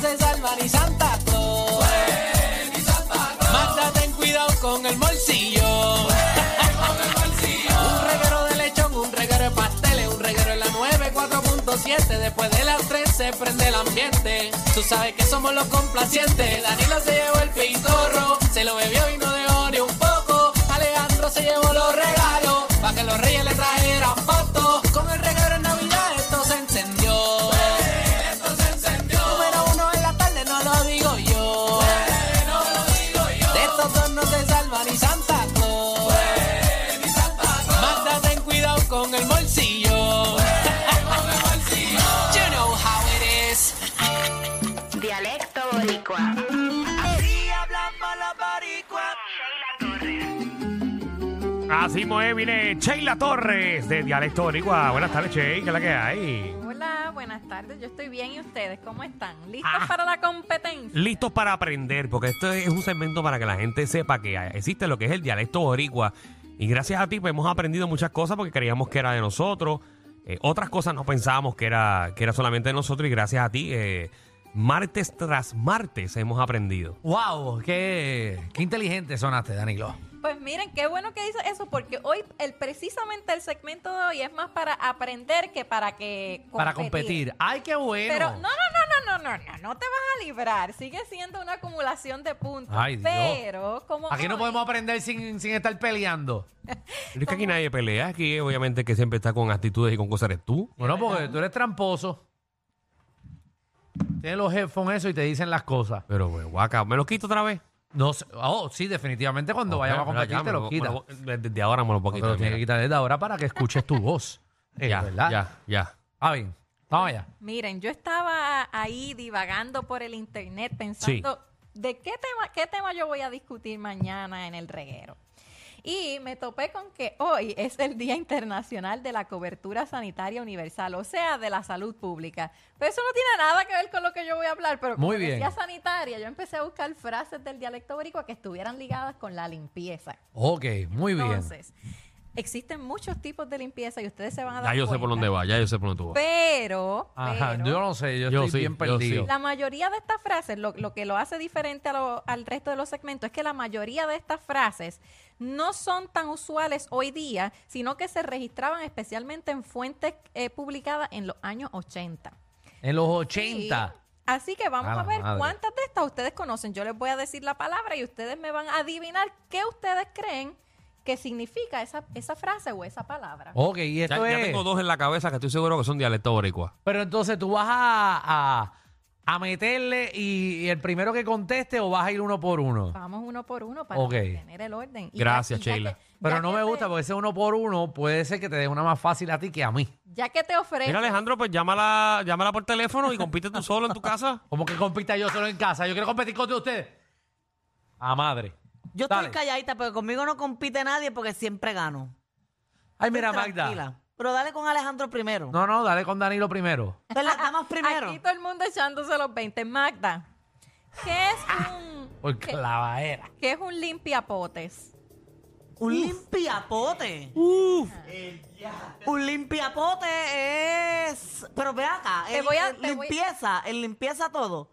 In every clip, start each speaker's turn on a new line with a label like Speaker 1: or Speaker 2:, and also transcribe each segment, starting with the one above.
Speaker 1: te salvan ni Santa Claus. Magda, ten cuidado con el morcillo. un reguero de lechón, un reguero de pasteles, un reguero en la 9, 4.7. Después de las 3 se prende el ambiente. Tú sabes que somos los complacientes. Danilo se llevó el pitorro, se lo bebió y no dejó ni un poco. Alejandro se llevó los regalos, para que los reyes le trajeran fotos. Con el reguero en Navidad esto se encendió. Pues, esto se encendió. Número uno en la tarde no lo digo yo. Pues, De estos dos no se salva ni Santa Claus. Magda, ten cuidado con el bolsillo. You know how it is.
Speaker 2: Dialecto boricua.
Speaker 3: Así Moe viene Sheila Torres de Dialecto Boricua. Buenas tardes, Che, ¿qué es la que hay?
Speaker 4: Hola, buenas tardes. Yo estoy bien y ustedes, ¿cómo están? ¿Listos
Speaker 5: Ah.
Speaker 4: para la competencia?
Speaker 3: Listos para aprender, porque esto es un segmento para que la gente sepa que existe lo que es el dialecto boricua. Y gracias a ti pues, hemos aprendido muchas cosas porque creíamos que era de nosotros. Eh, otras cosas no pensábamos que era, que era solamente de nosotros y gracias a ti, eh, martes tras martes hemos aprendido.
Speaker 5: ¡Wow! Qué, qué inteligente sonaste, Danilo.
Speaker 4: Pues miren, qué bueno que dice eso, porque hoy el precisamente el segmento de hoy es más para aprender que para que
Speaker 5: Para competir. ¡Ay, qué bueno!
Speaker 4: Pero no, no, no, no, no, no, no, no te vas a librar. Sigue siendo una acumulación de puntos.
Speaker 5: Ay, Dios.
Speaker 4: Pero como
Speaker 5: Aquí no
Speaker 4: hoy-
Speaker 5: podemos aprender sin, sin estar peleando.
Speaker 3: Pero es que aquí nadie pelea, aquí eh, obviamente el que siempre está con actitudes y con cosas eres tú.
Speaker 5: Bueno, porque tú eres tramposo. Tienes los headphones eso y te dicen las cosas.
Speaker 3: Pero, pues, guaca, me lo quito otra vez.
Speaker 5: No sé- Oh, sí, definitivamente cuando vayamos a
Speaker 3: Ok,
Speaker 5: competir
Speaker 3: ya,
Speaker 5: te
Speaker 3: me
Speaker 5: lo quitas.
Speaker 3: me lo- Desde ahora me lo puedo
Speaker 5: No, te lo
Speaker 3: quitar.
Speaker 5: tienes que
Speaker 3: mira.
Speaker 5: quitar desde ahora para que escuches tu voz. Eh,
Speaker 3: Ya,
Speaker 5: ¿verdad?
Speaker 3: ya, ya.
Speaker 5: Ah, bien. Vamos allá.
Speaker 4: Miren, yo estaba ahí divagando por el internet pensando de qué tema, qué tema yo voy a discutir mañana en el reguero. Y me topé con que hoy es el Día Internacional de la Cobertura Sanitaria Universal, o sea, de la salud pública. Pero eso no tiene nada que ver con lo que yo voy a hablar, pero como
Speaker 5: Muy bien.
Speaker 4: decía sanitaria, yo empecé a buscar frases del dialecto boricua que estuvieran ligadas con la limpieza.
Speaker 5: Ok, muy bien.
Speaker 4: Entonces, existen muchos tipos de limpieza y ustedes se van a dar
Speaker 3: Ya yo sé por
Speaker 4: cuenta.
Speaker 3: dónde va, ya yo sé por dónde tú vas.
Speaker 4: Pero,
Speaker 5: Ajá,
Speaker 4: pero-
Speaker 5: yo no sé, yo,
Speaker 3: Yo sí,
Speaker 5: estoy bien
Speaker 3: yo sí.
Speaker 5: perdido.
Speaker 4: la mayoría de estas frases, lo, lo que lo hace diferente a lo- al resto de los segmentos, es que la mayoría de estas frases no son tan usuales hoy día, sino que se registraban especialmente en fuentes eh, publicadas en los años 80.
Speaker 5: En los 80.
Speaker 4: Sí. Así que vamos
Speaker 5: A
Speaker 4: a,
Speaker 5: la
Speaker 4: ver
Speaker 5: madre.
Speaker 4: cuántas de estas ustedes conocen. Yo les voy a decir la palabra y ustedes me van a adivinar qué ustedes creen que significa esa, esa frase o esa palabra.
Speaker 5: Ok, y
Speaker 3: Ya,
Speaker 5: esto
Speaker 3: ya
Speaker 5: es...
Speaker 3: tengo dos en la cabeza que estoy seguro que son dialectos boricua.
Speaker 5: Pero entonces tú vas a, a, a meterle y, y el primero que conteste o vas a ir uno por uno.
Speaker 6: Ah.
Speaker 4: Vamos uno por uno para
Speaker 5: Ok.
Speaker 4: mantener el orden. Y
Speaker 3: Gracias,
Speaker 4: ya- ya
Speaker 3: Sheila.
Speaker 4: que-
Speaker 5: Pero
Speaker 4: ya
Speaker 5: no
Speaker 4: que
Speaker 5: me
Speaker 4: te-
Speaker 5: gusta porque ese uno por uno puede ser que te dé una más fácil a ti que a mí.
Speaker 4: Ya que te ofrezco.
Speaker 3: Mira, Alejandro, pues llámala, llámala por teléfono y compite tú solo en tu casa.
Speaker 5: Como que compita yo solo en casa. Yo quiero competir contra ustedes. A madre.
Speaker 6: Yo
Speaker 5: Dale.
Speaker 6: estoy calladita, pero conmigo no compite nadie porque siempre gano.
Speaker 5: Ay, mira,
Speaker 6: Estoy
Speaker 5: Magda.
Speaker 6: tranquila. Pero dale con Alejandro primero.
Speaker 5: No, no, dale con Danilo primero.
Speaker 6: Pues las damas primero.
Speaker 4: Aquí todo el mundo echándose los 20. Magda, ¿qué es un,
Speaker 5: Por clavadera.
Speaker 4: qué es un limpiapotes?
Speaker 6: Un limpiapote. Un limpiapote es. Pero ve acá.
Speaker 4: Te
Speaker 6: es
Speaker 4: voy a-
Speaker 6: es
Speaker 4: te voy-
Speaker 6: limpieza. Es limpieza todo.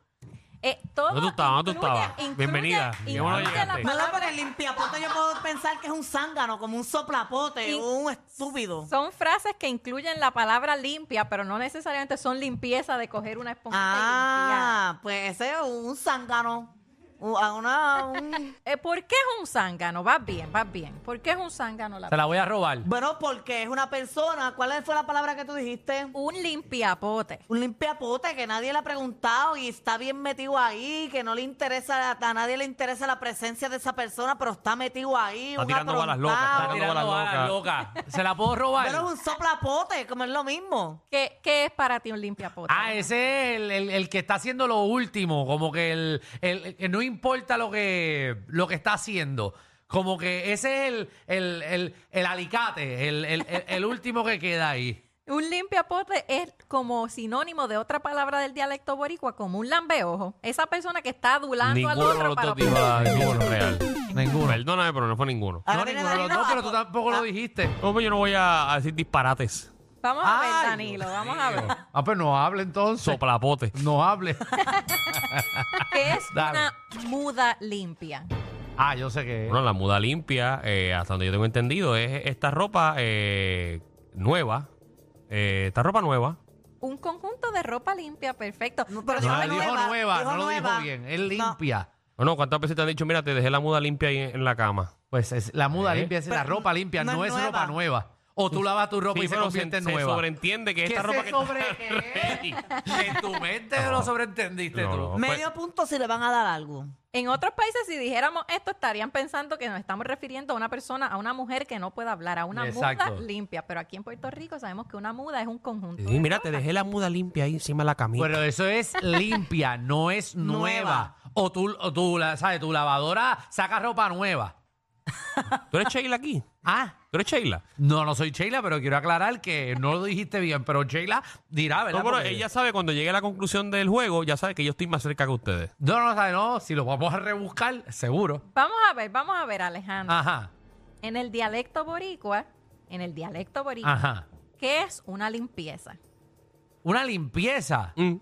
Speaker 4: Eh, todo
Speaker 3: ¿Dónde tú estabas? ¿Dónde tú
Speaker 4: incluye-
Speaker 3: estabas?
Speaker 4: incluye-
Speaker 3: Bienvenida.
Speaker 4: incluye
Speaker 3: Qué bueno
Speaker 4: la
Speaker 3: llegaste.
Speaker 6: No,
Speaker 4: palabra-
Speaker 6: no, porque el limpiapote yo puedo pensar que es un zángano, como un soplapote,
Speaker 4: Y-
Speaker 6: o un estúpido.
Speaker 4: Son frases que incluyen la palabra limpia, pero no necesariamente son limpieza de coger una esponja
Speaker 6: Ah, pues ese es un zángano. Un- a una- un-
Speaker 4: y limpiar. Eh, ¿Por qué es un zángano? Vas bien, vas bien. ¿Por qué es un zángano? La...
Speaker 5: Te la voy a robar.
Speaker 6: Bueno, porque es una persona. ¿Cuál fue la palabra que tú dijiste?
Speaker 4: Un limpiapote.
Speaker 6: Un limpiapote que nadie le ha preguntado y está bien metido ahí, que no le interesa, a nadie le interesa la presencia de esa persona, pero está metido ahí.
Speaker 3: Está
Speaker 6: un
Speaker 3: tirando balas locas, está
Speaker 6: aprontado.
Speaker 3: tirando balas
Speaker 5: balas locas. ¿Se la puedo robar?
Speaker 6: Pero es un soplapote, como es lo mismo.
Speaker 4: ¿Qué, qué es para ti un limpiapote?
Speaker 5: Ah, ese es el, el- el que está haciendo lo último, como que el, el- el- no importa lo que, lo que está haciendo. Como que ese es el, el- el- el alicate, el, el- el- el último que queda ahí.
Speaker 4: Un limpiapote es como sinónimo de otra palabra del dialecto boricua, como un lambeojo. Esa persona que está adulando al
Speaker 3: Ninguno de
Speaker 4: otro
Speaker 3: los
Speaker 4: para
Speaker 3: dos dijo ah, ninguno real.
Speaker 5: Ninguno.
Speaker 3: Perdóname, pero no fue ninguno.
Speaker 6: Ahora
Speaker 5: No,
Speaker 6: viene
Speaker 5: ninguno de los
Speaker 6: Danilo
Speaker 5: dos, pero tú
Speaker 6: abajo.
Speaker 5: tampoco lo dijiste.
Speaker 3: No, pues yo no voy a, a decir disparates.
Speaker 4: Vamos a
Speaker 5: Ay,
Speaker 4: ver, Danilo,
Speaker 5: Dios
Speaker 4: vamos a ver.
Speaker 5: mío. Ah, pues no hable entonces.
Speaker 3: Soplapote.
Speaker 5: No hable.
Speaker 4: ¿Qué es
Speaker 5: Dale.
Speaker 4: una muda limpia?
Speaker 5: Ah, yo sé que.
Speaker 3: Bueno, la muda limpia, eh, hasta donde yo tengo entendido, es esta ropa eh, nueva. eh, esta ropa nueva.
Speaker 4: Un conjunto de ropa limpia, perfecto.
Speaker 6: No,
Speaker 4: Pero
Speaker 6: pero
Speaker 4: yo
Speaker 5: no,
Speaker 6: dijo
Speaker 5: él dijo
Speaker 6: nueva,
Speaker 5: nueva,
Speaker 6: dijo
Speaker 5: no lo
Speaker 6: nueva.
Speaker 5: dijo bien. Es
Speaker 6: No.
Speaker 5: limpia.
Speaker 3: ¿O no? ¿Cuántas veces te han dicho, mira, te dejé la muda limpia ahí en, en la cama?
Speaker 5: Pues es la muda
Speaker 3: Eh.
Speaker 5: limpia, es la
Speaker 6: Pero
Speaker 5: ropa limpia, no,
Speaker 6: no
Speaker 5: es
Speaker 6: es nueva.
Speaker 5: ropa nueva. O tú lavas tu ropa
Speaker 3: Sí,
Speaker 5: y se
Speaker 3: pero
Speaker 5: convierte en nueva.
Speaker 3: sobreentiende que es
Speaker 5: ¿Qué
Speaker 3: esta
Speaker 5: se
Speaker 3: ropa que
Speaker 5: sobre-
Speaker 3: está
Speaker 5: En tu mente
Speaker 3: No.
Speaker 5: lo sobreentendiste
Speaker 3: No,
Speaker 5: tú.
Speaker 3: no. pues.
Speaker 6: Medio punto si le van a dar algo.
Speaker 4: En otros países, si dijéramos esto, estarían pensando que nos estamos refiriendo a una persona, a una mujer que no puede hablar, a una
Speaker 5: Exacto.
Speaker 4: muda limpia. Pero aquí en Puerto Rico sabemos que una muda es un conjunto.
Speaker 3: Sí, mira, te dejé la muda limpia ahí encima de la camisa.
Speaker 5: Pero eso es limpia, no es nueva.
Speaker 6: Nueva.
Speaker 5: O tú, o tú, la- ¿sabes? Tu lavadora saca ropa nueva.
Speaker 3: ¿Tú eres Sheila aquí?
Speaker 5: Ah.
Speaker 3: ¿Tú eres Sheila?
Speaker 5: No, no soy Sheila, pero quiero aclarar que no lo dijiste bien, pero Sheila dirá, ¿verdad?
Speaker 3: No, pero
Speaker 5: Porque-
Speaker 3: ella sabe, cuando llegue a la conclusión del juego, ya sabe que yo estoy más cerca que ustedes.
Speaker 5: No, no, sabe, no, si lo vamos a rebuscar, seguro.
Speaker 4: Vamos a ver, vamos a ver, Alejandro.
Speaker 5: Ajá,
Speaker 4: En el dialecto boricua, en el dialecto boricua,
Speaker 5: ajá.
Speaker 4: ¿qué es una limpieza?
Speaker 5: Una limpieza.
Speaker 3: Mm.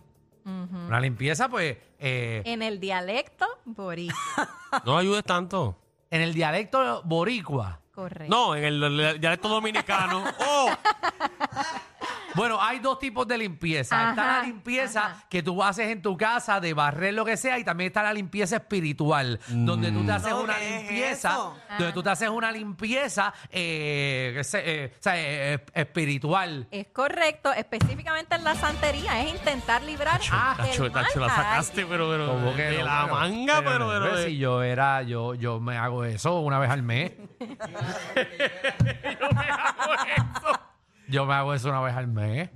Speaker 5: Una limpieza, pues, eh,
Speaker 4: En el dialecto boricua,
Speaker 3: No ayudes tanto.
Speaker 5: en el dialecto boricua.
Speaker 4: correcto.
Speaker 3: No, en el, el dialecto dominicano. ¡Oh!
Speaker 5: Bueno, hay dos tipos de limpieza. está
Speaker 4: Ajá,
Speaker 5: la limpieza
Speaker 4: ajá.
Speaker 5: que tú haces en tu casa, de barrer lo que sea, y también está la limpieza espiritual, donde tú te haces
Speaker 6: No,
Speaker 5: una
Speaker 6: ¿qué Mm. es
Speaker 5: limpieza,
Speaker 6: eso?
Speaker 5: donde tú te haces una limpieza eh, qué sé, eh, o sea, eh, eh, espiritual.
Speaker 4: Es correcto, específicamente en la santería, es intentar librar
Speaker 5: Ah,
Speaker 4: del
Speaker 3: Tacho,
Speaker 4: mal
Speaker 3: tacho, la
Speaker 4: a
Speaker 3: sacaste,
Speaker 4: alguien.
Speaker 3: pero, pero
Speaker 5: Como que
Speaker 3: de
Speaker 5: no,
Speaker 3: la
Speaker 5: pero-
Speaker 3: manga, pero, pero,
Speaker 5: pero, si yo era, yo, yo me hago eso una vez al mes. yo me hago eso una vez al mes.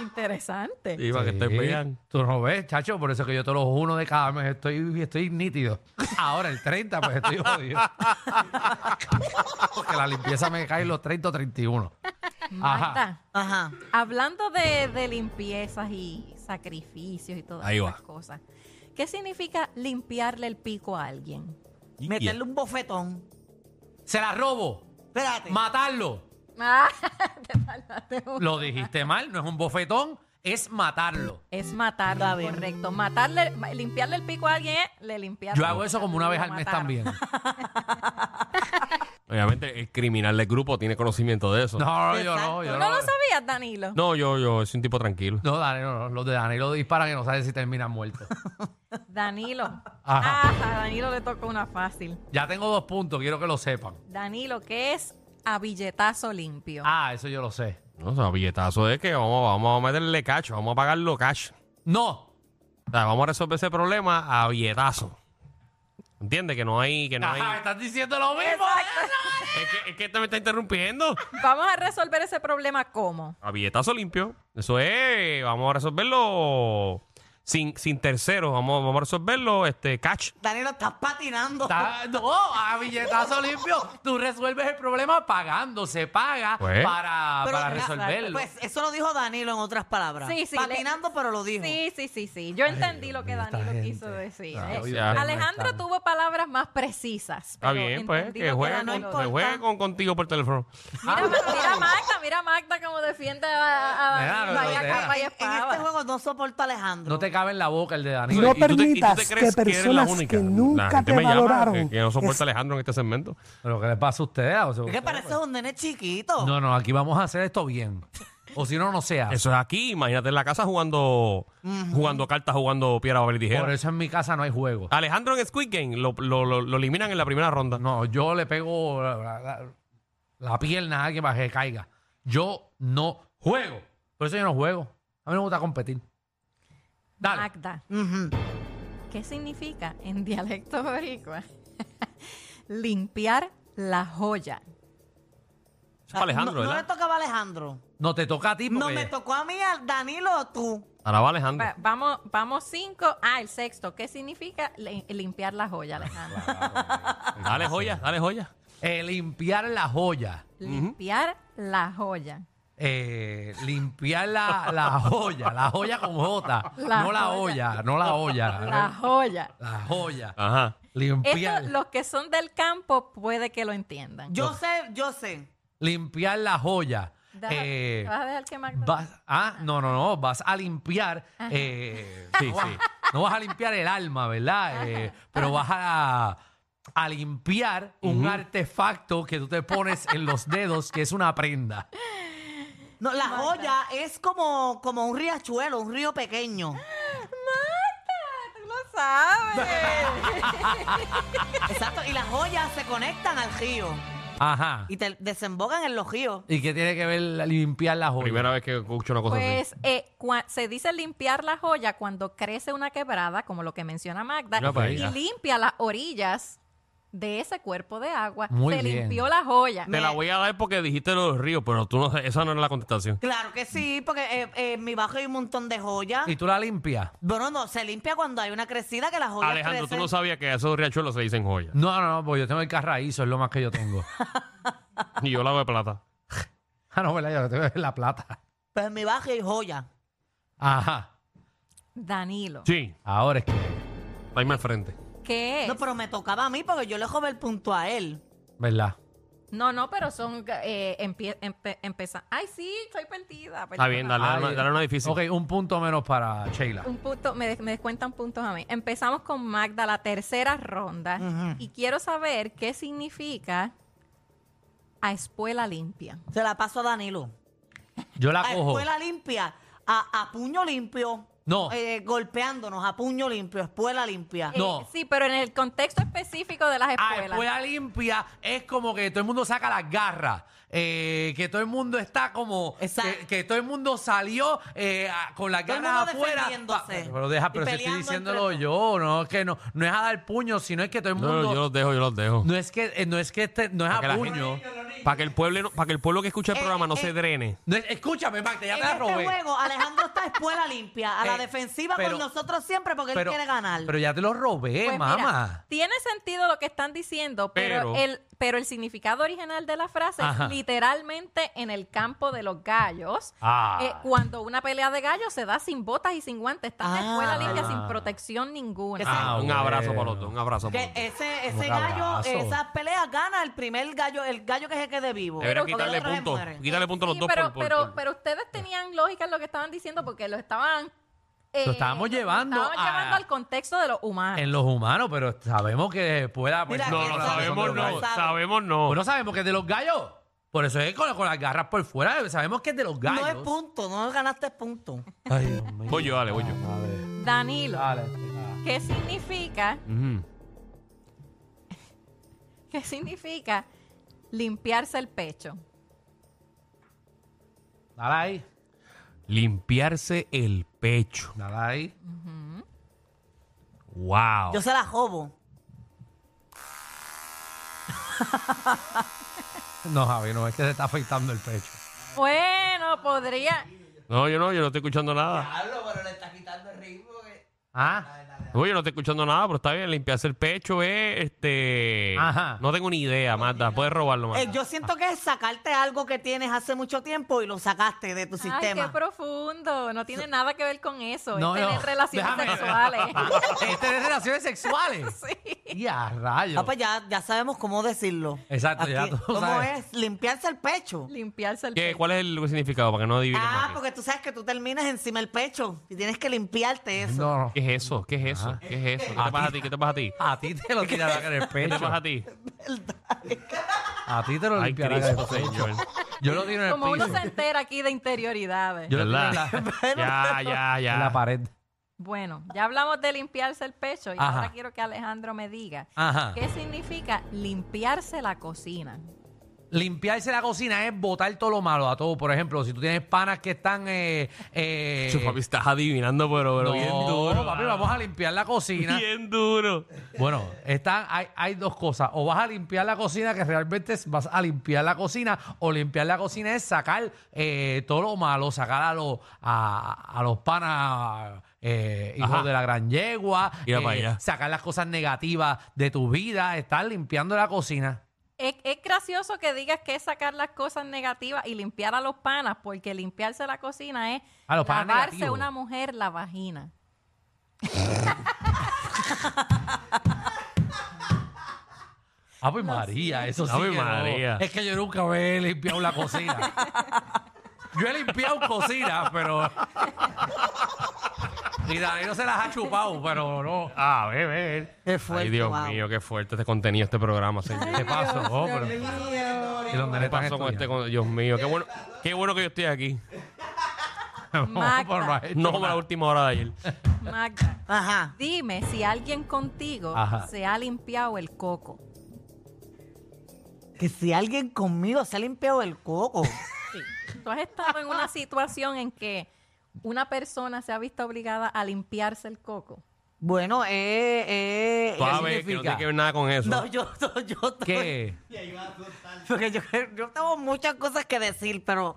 Speaker 4: Interesante.
Speaker 3: eh. Sí, para que te
Speaker 5: Sí.
Speaker 3: vean.
Speaker 5: Tú no ves, chacho, por eso que yo te los uno de cada mes estoy, estoy nítido. Ahora el 30, pues estoy jodido. Porque la limpieza me cae los 30 o 31.
Speaker 4: Magda,
Speaker 6: Ajá.
Speaker 4: hablando de, de limpiezas y sacrificios y todas
Speaker 3: Ahí
Speaker 4: esas
Speaker 3: va.
Speaker 4: cosas, ¿qué significa limpiarle el pico a alguien?
Speaker 6: Meterle un bofetón.
Speaker 5: Se la robo.
Speaker 6: Espérate.
Speaker 5: Matarlo.
Speaker 4: Ah, te tardaste mucho.
Speaker 5: Lo dijiste mal, no es un bofetón, es matarlo.
Speaker 4: Es matarlo,
Speaker 6: Está bien.
Speaker 4: correcto. Matarle, ma- limpiarle el pico a alguien es le limpiar.
Speaker 5: Yo hago eso como una vez al mes también.
Speaker 3: Obviamente, el criminal del grupo tiene conocimiento de eso.
Speaker 5: No, yo no,
Speaker 6: Exacto.
Speaker 5: yo
Speaker 4: ¿Tú
Speaker 5: no.
Speaker 4: no lo sabías, Danilo?
Speaker 3: No, yo, yo soy un tipo tranquilo.
Speaker 5: No, Dani, no, no. Los de Dani lo disparan y no saben si terminan muertos.
Speaker 4: Danilo.
Speaker 5: Ajá.
Speaker 4: Ah, a Danilo le tocó una fácil.
Speaker 5: Ya tengo dos puntos, quiero que lo sepan.
Speaker 4: Danilo, ¿qué es a billetazo limpio?
Speaker 5: Ah, eso yo lo sé.
Speaker 3: No, o sea, billetazo de que vamos, vamos a meterle cacho, vamos a pagarlo cash.
Speaker 5: No.
Speaker 3: O sea, vamos a resolver ese problema a billetazo. ¿Entiendes? Que no hay, que no hay.
Speaker 5: Ajá, estás diciendo lo mismo.
Speaker 3: Es que, es que te me está interrumpiendo.
Speaker 4: Vamos a resolver ese problema ¿cómo?
Speaker 3: A billetazo limpio. Eso es, vamos a resolverlo sin, sin terceros. Vamos, vamos a resolverlo este cash.
Speaker 6: Danilo, estás patinando.
Speaker 5: Está- no, a billetazo limpio. Tú resuelves el problema pagando. Se paga
Speaker 3: Pues.
Speaker 5: para,
Speaker 6: Pero-
Speaker 5: para resolverlo.
Speaker 6: Pues eso lo dijo Danilo en otras palabras.
Speaker 4: Sí, sí,
Speaker 6: Patinando, pero lo dijo.
Speaker 4: Sí, sí, sí, sí. Yo entendí lo que
Speaker 5: mío, esta
Speaker 4: Danilo
Speaker 5: gente. Ah,
Speaker 4: quiso decir.
Speaker 5: Ay,
Speaker 4: ¿eh?
Speaker 3: Dios mío,
Speaker 4: Alejandro
Speaker 5: están-
Speaker 4: tuvo palabras más precisas.
Speaker 3: Está
Speaker 4: pero
Speaker 3: bien, pues,
Speaker 4: entendí
Speaker 3: que
Speaker 4: lo
Speaker 3: juegue,
Speaker 4: Danilo
Speaker 3: con,
Speaker 6: no
Speaker 4: dijo.
Speaker 3: que juegue con- contigo por teléfono.
Speaker 4: Mira, Ma- mira a Magda, mira a Magda como defiende a, a
Speaker 5: Mira,
Speaker 4: Danilo.
Speaker 5: pero
Speaker 4: Vaya
Speaker 5: deja.
Speaker 4: capa y
Speaker 6: En este
Speaker 4: espada.
Speaker 6: juego no soporto a Alejandro.
Speaker 5: No te cabe en la boca el de Dani.
Speaker 3: Y
Speaker 7: No
Speaker 3: tú te- y tú te
Speaker 7: permitas
Speaker 3: crees
Speaker 7: que
Speaker 3: eres la
Speaker 7: personas
Speaker 3: única.
Speaker 7: que
Speaker 3: La
Speaker 7: nunca
Speaker 3: gente
Speaker 7: te
Speaker 3: me llama,
Speaker 7: valoraron
Speaker 3: que, que no soporta
Speaker 7: es-
Speaker 3: a Alejandro en este segmento.
Speaker 5: Pero ¿qué le pasa a ustedes? O sea,
Speaker 6: Es que
Speaker 5: ustedes,
Speaker 6: pareces un nene chiquito.
Speaker 5: pues- No, no, aquí vamos a hacer esto bien. O si no, no sea.
Speaker 3: Eso es aquí, imagínate en la casa jugando jugando cartas, jugando piedra, papel y
Speaker 5: Por
Speaker 3: tijera.
Speaker 5: eso en mi casa no hay juego.
Speaker 3: Alejandro en Squid Game lo, lo- lo- lo eliminan en la primera ronda.
Speaker 5: No, yo le pego la, la- la- la pierna a alguien para que caiga. Yo no juego. Por eso yo no juego. A mí me gusta competir. Dale.
Speaker 4: Magda,
Speaker 6: Ujú.
Speaker 4: ¿qué significa en dialecto boricua? Limpiar la joya.
Speaker 3: Eso es para Alejandro,
Speaker 6: no, no le
Speaker 3: ¿verdad?
Speaker 6: tocaba a Alejandro.
Speaker 5: No te toca a ti
Speaker 6: No
Speaker 5: porque-
Speaker 6: me tocó a mí, a Danilo, tú.
Speaker 3: Ahora va Alejandro.
Speaker 4: Va- vamos, vamos cinco. Ah, el sexto. ¿Qué significa li- limpiar la joya, Alejandro?
Speaker 3: Dale joya, dale joya.
Speaker 5: Eh, limpiar la joya.
Speaker 4: limpiar la joya.
Speaker 5: Eh, limpiar la, la joya. La joya con J.
Speaker 4: La
Speaker 5: no la
Speaker 4: joya.
Speaker 5: olla, no la olla.
Speaker 4: La joya.
Speaker 5: La joya.
Speaker 3: Ajá.
Speaker 5: Limpiar,
Speaker 4: Esto, los que son del campo puede que lo entiendan.
Speaker 6: Yo sé, yo sé.
Speaker 5: limpiar la joya.
Speaker 4: Deja-
Speaker 5: eh,
Speaker 4: ¿Vas a dejar que Magda-
Speaker 5: vas- ah, no, no, no, vas a limpiar. eh, no, vas, no vas a limpiar el alma, ¿verdad? Eh, pero vas a, a limpiar un artefacto que tú te pones en los dedos, que es una prenda.
Speaker 6: No, la joya es como, como un riachuelo, un río pequeño.
Speaker 4: Ah, Tú lo sabes.
Speaker 6: Exacto. Y las joyas se conectan al río
Speaker 5: Ajá.
Speaker 6: y te desembocan en los ríos.
Speaker 5: ¿Y qué tiene que ver la- limpiar la joya?
Speaker 3: Primera vez que escucho una cosa así.
Speaker 4: Pues eh, cua- se dice limpiar la joya cuando crece una quebrada, como lo que menciona Magda,
Speaker 3: Mira para
Speaker 4: y
Speaker 3: allá.
Speaker 4: limpia las orillas de ese cuerpo de agua.
Speaker 5: Muy
Speaker 4: se
Speaker 5: bien.
Speaker 4: limpió la joya.
Speaker 3: Te la voy a dar porque dijiste lo de los ríos, pero tú no, esa no era la contestación.
Speaker 6: Claro que sí, porque eh, eh, en mi bajo hay un montón de joyas.
Speaker 5: ¿Y tú la limpias?
Speaker 6: Bueno, no, se limpia cuando hay una crecida que las joyas
Speaker 3: Alejandro, tú
Speaker 6: crecen.
Speaker 3: no sabías que a esos riachuelos se dicen joyas.
Speaker 5: No, no, no, porque yo tengo el carraízo, es lo más que yo tengo.
Speaker 3: Y yo la hago de plata.
Speaker 5: ah, no, ¿verdad? Yo tengo la plata.
Speaker 6: Pues en mi bajo hay joya.
Speaker 5: Ajá.
Speaker 4: Danilo,
Speaker 3: Sí,
Speaker 5: Ahora es que.
Speaker 3: ahí me al frente.
Speaker 4: ¿qué es?
Speaker 6: No,
Speaker 4: No,
Speaker 6: pero me tocaba a mí porque yo le jodé el punto a él.
Speaker 5: ¿Verdad?
Speaker 4: no, pero son eh, empie- empe- empeza- Ay, sí, estoy perdida.
Speaker 3: Está bien,
Speaker 4: perdona.
Speaker 3: dale, dale,
Speaker 5: Ay,
Speaker 3: una, dale una difícil.
Speaker 5: Ok, un punto menos para Sheila.
Speaker 4: Un punto, me, des- me descuentan puntos a mí. Empezamos con Magda, la tercera ronda. Y quiero saber qué significa a espuela limpia.
Speaker 6: Se la paso a Danilo.
Speaker 5: Yo la
Speaker 6: A
Speaker 5: cojo.
Speaker 6: espuela limpia, a, a puño limpio.
Speaker 5: No.
Speaker 6: Eh, golpeándonos a puño limpio, espuela limpia.
Speaker 4: Eh,
Speaker 5: No.
Speaker 4: sí, pero en el contexto específico de las
Speaker 5: Ah,
Speaker 4: espuelas.
Speaker 5: escuela limpia es como que todo el mundo saca las garras. eh, que todo el mundo está como.
Speaker 6: Exacto.
Speaker 5: Que, que todo el mundo salió eh, a- con las
Speaker 6: Todo el
Speaker 5: garras
Speaker 6: mundo
Speaker 5: afuera.
Speaker 6: defendiéndose.
Speaker 5: Pa- pero deja,
Speaker 6: Y
Speaker 5: pero si estoy
Speaker 6: peleando
Speaker 5: diciéndolo
Speaker 6: entre-
Speaker 5: yo. No es que no, no es a dar puño, sino es que todo el
Speaker 3: No,
Speaker 5: mundo.
Speaker 3: yo los dejo, yo los dejo.
Speaker 5: No es que, eh, no es que este- no es
Speaker 3: Para que
Speaker 5: a
Speaker 3: la
Speaker 5: puño.
Speaker 3: gente- para que el pueblo, no- para que el pueblo que escucha el
Speaker 5: Eh,
Speaker 3: programa no se drene.
Speaker 5: No es- escúchame, Magda, ya
Speaker 6: en
Speaker 5: te la
Speaker 6: este
Speaker 5: robé.
Speaker 6: juego, Alejandro está espuela limpia, a la
Speaker 5: Eh,
Speaker 6: defensiva
Speaker 5: pero-
Speaker 6: con nosotros siempre porque él quiere ganar.
Speaker 5: Pero ya te lo robé,
Speaker 4: Pues mira,
Speaker 5: Eh, mamá.
Speaker 4: tiene sentido lo que están diciendo, pero,
Speaker 3: Pero-
Speaker 4: el, pero el significado original de la frase
Speaker 5: Ajá.
Speaker 4: es literalmente en el campo de los gallos.
Speaker 5: Ah.
Speaker 4: eh, cuando una pelea de gallos se da sin botas y sin guantes, está en la
Speaker 6: Ah.
Speaker 4: escuela limpia sin protección ninguna.
Speaker 6: Que
Speaker 5: Ah,
Speaker 3: un
Speaker 5: bueno.
Speaker 3: abrazo para los dos, un abrazo para
Speaker 6: que
Speaker 3: los dos.
Speaker 6: ese, ese
Speaker 5: Un
Speaker 6: gallo,
Speaker 5: abrazo.
Speaker 6: esas peleas gana el primer gallo, el gallo que se quede vivo.
Speaker 3: Debería
Speaker 6: Porque
Speaker 3: quitarle
Speaker 6: los otros se
Speaker 3: puntos,
Speaker 6: mueren.
Speaker 3: quitarle puntos a los
Speaker 4: Sí,
Speaker 3: dos
Speaker 4: pero,
Speaker 3: por- por-
Speaker 4: pero,
Speaker 3: por-
Speaker 4: pero ustedes tenían lógica en lo que estaban diciendo porque lo estaban... eh,
Speaker 5: Lo estábamos llevando
Speaker 4: estábamos
Speaker 5: a-
Speaker 4: llevando al contexto de los humanos.
Speaker 5: En los humanos, pero sabemos que pueda. pues,
Speaker 6: Mira,
Speaker 3: No,
Speaker 6: que
Speaker 3: no
Speaker 6: son-
Speaker 3: sabemos,
Speaker 6: son de
Speaker 3: no,
Speaker 6: los gallos.
Speaker 3: sabemos, no.
Speaker 5: Bueno, Pues sabemos que es de los gallos. Por eso es con, con las garras por fuera. Sabemos que es de los gallos.
Speaker 6: No es punto, no ganaste punto.
Speaker 5: Ay, Dios mío.
Speaker 3: Voy yo, dale, voy yo.
Speaker 5: Dale,
Speaker 4: Danilo,
Speaker 5: dale.
Speaker 4: ¿qué significa
Speaker 3: Ujú.
Speaker 4: ¿Qué significa limpiarse el pecho?
Speaker 5: Dale ahí.
Speaker 3: Limpiarse el pecho.
Speaker 5: Dale ahí. Ah.
Speaker 3: Wow.
Speaker 6: Yo se la jobo.
Speaker 5: No, Javi, no, es que se está afectando el pecho.
Speaker 4: Bueno, podría.
Speaker 3: No, yo no, yo no estoy escuchando nada.
Speaker 5: Ah,
Speaker 3: No, yo no estoy escuchando nada, pero está bien. Limpiarse el pecho es, este...
Speaker 5: Ajá.
Speaker 3: No tengo ni idea, Marta. Puedes robarlo,
Speaker 6: Eh,
Speaker 3: Marta.
Speaker 6: yo siento que es sacarte algo que tienes hace mucho tiempo y lo sacaste de tu
Speaker 4: Ay, qué
Speaker 6: sistema. profundo.
Speaker 4: profundo. No tiene nada que ver con eso.
Speaker 5: no,
Speaker 6: este
Speaker 4: es tener
Speaker 5: no.
Speaker 4: relaciones
Speaker 5: Déjame.
Speaker 4: sexuales.
Speaker 5: este es de relaciones sexuales. sí. Ya, rayos.
Speaker 6: Ah, pues ya, ya sabemos cómo decirlo.
Speaker 5: Exacto, ya tú
Speaker 6: ¿Cómo
Speaker 5: sabes.
Speaker 6: es? Limpiarse el pecho.
Speaker 4: limpiarse el
Speaker 3: ¿Qué,
Speaker 4: pecho.
Speaker 3: ¿Cuál es el significado? Para que no adivinen.
Speaker 6: Ah,
Speaker 3: aquí.
Speaker 6: porque tú sabes que tú terminas encima del pecho y tienes que limpiarte eso.
Speaker 5: No, no.
Speaker 3: ¿Qué es eso? ¿Qué es eso? ¿Qué es eso? ¿Qué te pasa a ti? ¿Qué te pasa a ti?
Speaker 5: A ti te lo tirará en el
Speaker 3: ¿Qué te
Speaker 5: pecho.
Speaker 3: pasa a ti?
Speaker 5: A ti te lo
Speaker 3: Ay,
Speaker 5: limpiará en el
Speaker 3: Cristo,
Speaker 5: pecho.
Speaker 3: señor.
Speaker 5: Yo lo tiro en el
Speaker 4: Como uno
Speaker 5: piso.
Speaker 4: se entera aquí de interioridades.
Speaker 5: Yo lo tiro en
Speaker 3: ¿Verdad? Ya,
Speaker 5: la,
Speaker 3: ya, ya.
Speaker 5: en la pared.
Speaker 4: Bueno, ya hablamos de limpiarse el pecho y
Speaker 5: Ajá.
Speaker 4: ahora quiero que Alejandro me diga
Speaker 5: Ajá.
Speaker 4: qué significa limpiarse la cocina.
Speaker 5: Limpiarse la cocina es botar todo lo malo a todo. Por ejemplo, si tú tienes panas que están... Eh, eh,
Speaker 3: Chu, papi, estás adivinando, pero, pero
Speaker 5: no,
Speaker 3: bien duro.
Speaker 5: papi, vamos a limpiar la cocina.
Speaker 3: Bien duro.
Speaker 5: Bueno, están, hay, hay dos cosas. O vas a limpiar la cocina, que realmente es- vas a limpiar la cocina, o limpiar la cocina es sacar eh, todo lo malo, sacar a, los a, a los panas eh, hijos
Speaker 3: Ajá.
Speaker 5: de la gran yegua,
Speaker 3: Mira
Speaker 5: eh,
Speaker 3: pa' allá.
Speaker 5: sacar las cosas negativas de tu vida, estar limpiando la cocina.
Speaker 4: Es, es gracioso que digas que es sacar las cosas negativas y limpiar a los panas, porque limpiarse la cocina es
Speaker 5: A los panas
Speaker 4: lavarse a
Speaker 5: negativos.
Speaker 4: una mujer la vagina.
Speaker 5: Ave María, eso sí.
Speaker 3: Ave
Speaker 5: que no.
Speaker 3: María.
Speaker 5: Es que yo nunca me he limpiado la cocina. yo he limpiado cocina, pero. Y Danilo se las ha chupado, pero no.
Speaker 3: Ah, ve, ve. ve.
Speaker 6: Qué fuerte,
Speaker 3: Ay, Dios
Speaker 6: wow.
Speaker 3: mío, qué fuerte este contenido, este programa, señor.
Speaker 5: ¿Qué pasó? Oh, pero- Y los nenes
Speaker 3: ¿Qué
Speaker 5: están
Speaker 3: pasó con este?
Speaker 5: estudiando.
Speaker 3: con- Dios mío, qué bueno, qué bueno que yo estoy aquí.
Speaker 5: No, pero no ha hecho
Speaker 3: No como
Speaker 5: nada.
Speaker 3: la última hora de ayer.
Speaker 4: Magda,
Speaker 6: Ajá.
Speaker 4: dime si alguien contigo
Speaker 5: Ajá.
Speaker 4: se ha limpiado el coco.
Speaker 6: Que si alguien conmigo se ha limpiado el coco.
Speaker 4: ¿Tú has estado en una situación en que una persona se ha visto obligada a limpiarse el coco?
Speaker 6: Bueno, eh, eh.
Speaker 3: Tú sabes que no
Speaker 5: significa?
Speaker 3: tiene que ver nada con eso.
Speaker 6: No, yo, yo, yo
Speaker 5: ¿Qué?
Speaker 6: Porque yo, yo tengo muchas cosas que decir, pero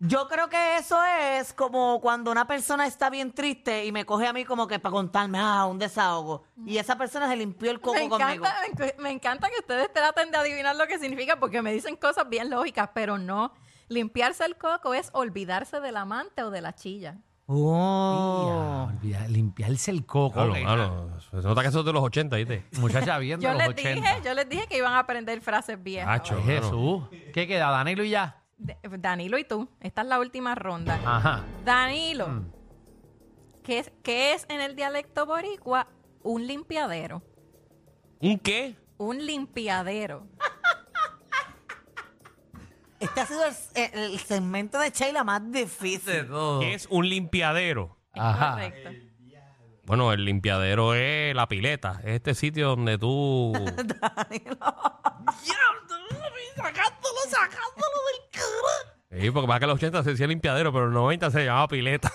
Speaker 6: yo creo que eso es como cuando una persona está bien triste y me coge a mí como que para contarme, ah, un desahogo. Y esa persona se limpió el coco
Speaker 4: me,
Speaker 6: conmigo.
Speaker 4: encanta, me encu- me encanta que ustedes traten de adivinar lo que significa porque me dicen cosas bien lógicas, pero no. Limpiarse el coco es olvidarse del amante o de la chilla.
Speaker 6: Oh.
Speaker 5: Olvida- Limpiarse el coco.
Speaker 3: Claro,
Speaker 5: ok.
Speaker 3: claro. Se nota que eso es de los 80, ¿viste?
Speaker 5: Muchacha viendo
Speaker 4: Yo
Speaker 5: los
Speaker 4: les
Speaker 5: 80.
Speaker 4: dije, yo les dije que iban a aprender frases viejas.
Speaker 3: Acho,
Speaker 5: Ay,
Speaker 3: claro.
Speaker 5: Jesús. ¿Qué queda? Danilo y ya.
Speaker 4: De- Danilo y tú, esta es la última ronda.
Speaker 5: Ajá. Mm.
Speaker 4: Danilo, ¿qué, es, qué es en el dialecto boricua un limpiadero?
Speaker 3: ¿Un qué?
Speaker 4: Un limpiadero.
Speaker 6: Este ha sido el, el segmento de Sheila más difícil.
Speaker 5: todo.
Speaker 3: ¿Qué es un limpiadero?
Speaker 4: Es
Speaker 5: Ajá.
Speaker 4: correcto.
Speaker 3: Bueno, el limpiadero es la pileta. Es este sitio donde tú.
Speaker 6: Sacándolo, sacándolo del cara.
Speaker 3: Sí, porque más que en los 80 se decía limpiadero, pero en los 90 se llamaba pileta.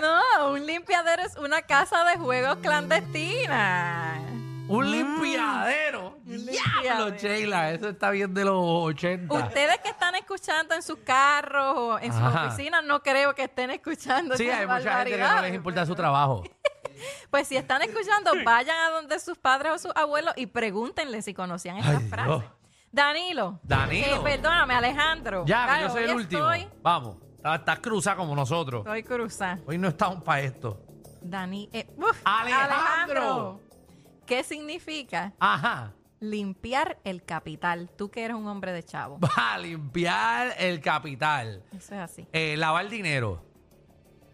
Speaker 4: No, un limpiadero es una casa de juegos clandestina.
Speaker 5: Un limpiadero. Diablo,
Speaker 4: Mm. limpiadero.
Speaker 5: Sheila. Eso está bien de los 80.
Speaker 4: Ustedes que están escuchando en sus carros o en sus
Speaker 5: Ajá.
Speaker 4: oficinas, no creo que estén escuchando.
Speaker 5: sí,
Speaker 4: esas
Speaker 5: hay mucha gente que no les
Speaker 4: barbaridades,
Speaker 5: importa su
Speaker 4: pero-
Speaker 5: trabajo.
Speaker 4: Pues si están escuchando, vayan a donde sus padres o sus abuelos y pregúntenle si conocían estas
Speaker 5: Ay,
Speaker 4: frases.
Speaker 5: Dios.
Speaker 4: Danilo.
Speaker 5: Danilo.
Speaker 4: Eh, perdóname, Alejandro.
Speaker 5: Ya,
Speaker 4: Claro,
Speaker 5: yo soy
Speaker 4: hoy
Speaker 5: el último.
Speaker 4: Estoy,
Speaker 5: Vamos. Estás está cruza como nosotros.
Speaker 4: estoy cruzada.
Speaker 5: Hoy no estamos para esto.
Speaker 4: Dani, eh, uf,
Speaker 5: Alejandro.
Speaker 4: ¿Qué significa
Speaker 5: Ajá.
Speaker 4: limpiar el capital? Tú que eres un hombre de chavo.
Speaker 5: Va a limpiar el capital.
Speaker 4: Eso es así.
Speaker 5: Eh, lavar dinero.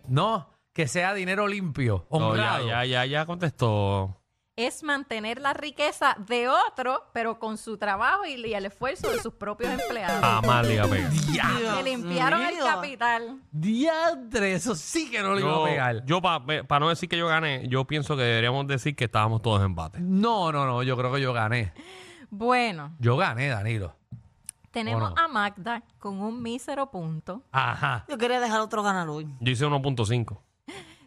Speaker 5: No, que sea dinero limpio.
Speaker 3: No, ya,
Speaker 5: honrado.
Speaker 3: ya, ya, ya contestó.
Speaker 4: Es mantener la riqueza de otro, pero con su trabajo y, y el esfuerzo de sus propios
Speaker 5: Ah,
Speaker 4: empleados.
Speaker 3: Jamás Ah, le iba a pegar.
Speaker 4: Que limpiaron el
Speaker 6: mío.
Speaker 4: capital.
Speaker 5: Diantre, eso sí que no lo iba a pegar.
Speaker 3: para no decir que yo gané, yo pienso que deberíamos decir que estábamos todos en empate.
Speaker 5: No, no, no, yo creo que yo gané.
Speaker 4: Bueno,
Speaker 5: Yo gané, Danilo.
Speaker 4: tenemos
Speaker 5: Bueno.
Speaker 4: a Magda con un mísero punto.
Speaker 5: Ajá.
Speaker 6: Yo quería dejar otro ganar hoy.
Speaker 3: Yo hice 1.5.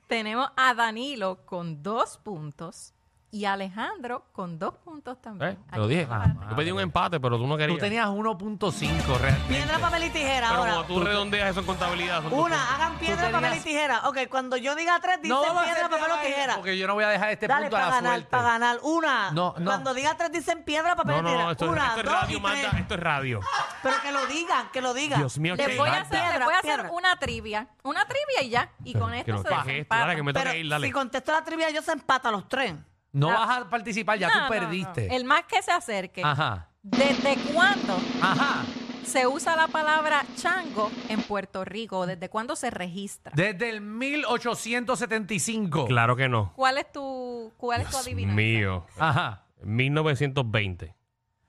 Speaker 4: Tenemos a Danilo con dos puntos y a Alejandro con dos puntos también.
Speaker 3: ¿Eh? Te
Speaker 4: Ahí
Speaker 3: lo dije.
Speaker 4: está.
Speaker 5: Ah,
Speaker 3: Yo pedí un empate, pero tú no
Speaker 5: Tú
Speaker 3: querías.
Speaker 5: tenías 1.5 realmente.
Speaker 6: Piedra, papel y tijera
Speaker 3: pero
Speaker 6: ahora.
Speaker 3: como tú redondeas eso en contabilidad. son tus
Speaker 6: Una, hagan piedra,
Speaker 5: tenías-
Speaker 6: papel y tijera. Ok, cuando yo diga tres, dicen
Speaker 5: va a
Speaker 6: piedra,
Speaker 5: ser
Speaker 6: papel o
Speaker 5: de baile,
Speaker 6: tijera.
Speaker 5: Porque yo no voy a dejar este
Speaker 6: Dale,
Speaker 5: punto a
Speaker 6: para
Speaker 5: la
Speaker 6: ganar,
Speaker 5: suerte.
Speaker 6: para ganar. Una.
Speaker 5: No, no.
Speaker 6: Cuando diga tres, dicen piedra, papel
Speaker 3: No,
Speaker 6: y
Speaker 3: no,
Speaker 6: tijera.
Speaker 3: no, esto,
Speaker 6: Una,
Speaker 3: esto es este
Speaker 6: dos
Speaker 3: radio,
Speaker 6: y
Speaker 3: Magda,
Speaker 6: tres. Ah,
Speaker 3: esto es radio.
Speaker 6: Pero que lo digan, que lo digan.
Speaker 3: Dios mío,
Speaker 4: Les
Speaker 3: qué
Speaker 4: voy a
Speaker 3: gato.
Speaker 4: hacer, les
Speaker 6: Piedra,
Speaker 4: voy a hacer
Speaker 6: piedra.
Speaker 4: una trivia. Una trivia y ya. Y con
Speaker 3: Pero,
Speaker 4: esto se
Speaker 3: ¿qué es esto? Dale, que me tengo
Speaker 6: Pero
Speaker 3: que ir, dale.
Speaker 6: si contesto la trivia, ellos se empatan los tres.
Speaker 5: No
Speaker 4: Ah.
Speaker 5: vas a participar, ya
Speaker 4: No, no,
Speaker 5: tú
Speaker 4: no.
Speaker 5: perdiste.
Speaker 4: El más que se acerque.
Speaker 5: Ajá.
Speaker 4: ¿Desde cuándo
Speaker 5: Ajá.
Speaker 4: se usa la palabra chango en Puerto Rico? ¿Desde cuándo se registra?
Speaker 5: Desde el 1875.
Speaker 3: Claro que no.
Speaker 4: ¿Cuál es tu, cuál es tu
Speaker 3: Dios
Speaker 4: adivinanza?
Speaker 3: mío.
Speaker 5: Ajá.
Speaker 3: 1920.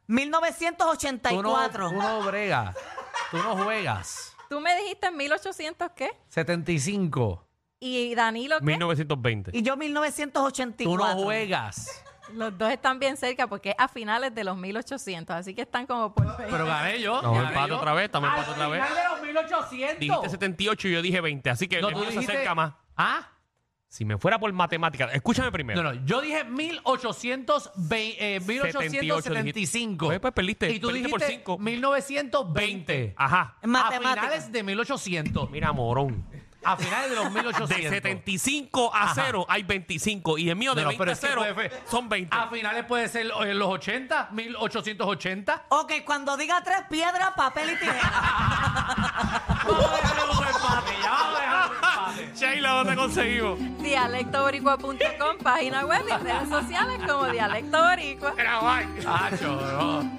Speaker 6: 1984.
Speaker 5: Tú no, tú no bregas. Tú no juegas.
Speaker 4: Tú me dijiste en 1800 qué?
Speaker 5: 75.
Speaker 4: Y Danilo qué?
Speaker 3: 1920.
Speaker 6: Y yo 1984.
Speaker 5: Tú no juegas.
Speaker 4: Los dos están bien cerca porque es a finales de los 1800, así que están como por
Speaker 5: Pero gané yo.
Speaker 3: No,
Speaker 5: gané
Speaker 3: empate
Speaker 5: yo.
Speaker 3: otra vez, estamos
Speaker 5: Al
Speaker 3: empate otra vez.
Speaker 5: final de los 1800.
Speaker 3: Dijiste 78 y yo dije 20, así que
Speaker 5: No,
Speaker 3: no,
Speaker 5: tú
Speaker 3: se
Speaker 5: dijiste-
Speaker 3: acerca más.
Speaker 5: ¿Ah?
Speaker 3: Si me fuera por matemáticas, escúchame primero.
Speaker 5: No, no, yo dije 1800, ve- eh, 1875.
Speaker 3: Oye, pues, perdiste,
Speaker 5: Y tú
Speaker 3: perdiste por
Speaker 5: dijiste
Speaker 3: cinco.
Speaker 5: 1920.
Speaker 3: Ajá.
Speaker 6: En
Speaker 5: A
Speaker 6: matemáticas.
Speaker 5: finales de 1800.
Speaker 3: Mira, morón.
Speaker 5: A finales de los 1800.
Speaker 3: De 75 a
Speaker 5: Ajá.
Speaker 3: 0 hay 25. Y el mío de
Speaker 5: No,
Speaker 3: 20
Speaker 5: pero
Speaker 3: a
Speaker 5: es que Ah,
Speaker 3: 0
Speaker 5: puede ser-
Speaker 3: son 20.
Speaker 5: A finales puede ser eh, los 80, 1880.
Speaker 6: Ok, cuando diga tres, piedra, papel y tijera.
Speaker 5: Vamos a dejarlo en un empate, ya vamos a dejarlo en un empate.
Speaker 3: Sheila, no te conseguimos?
Speaker 4: Dialectoboricua.com, página web y redes sociales como Dialecto Boricua.
Speaker 3: Era guay.
Speaker 5: Acho, no.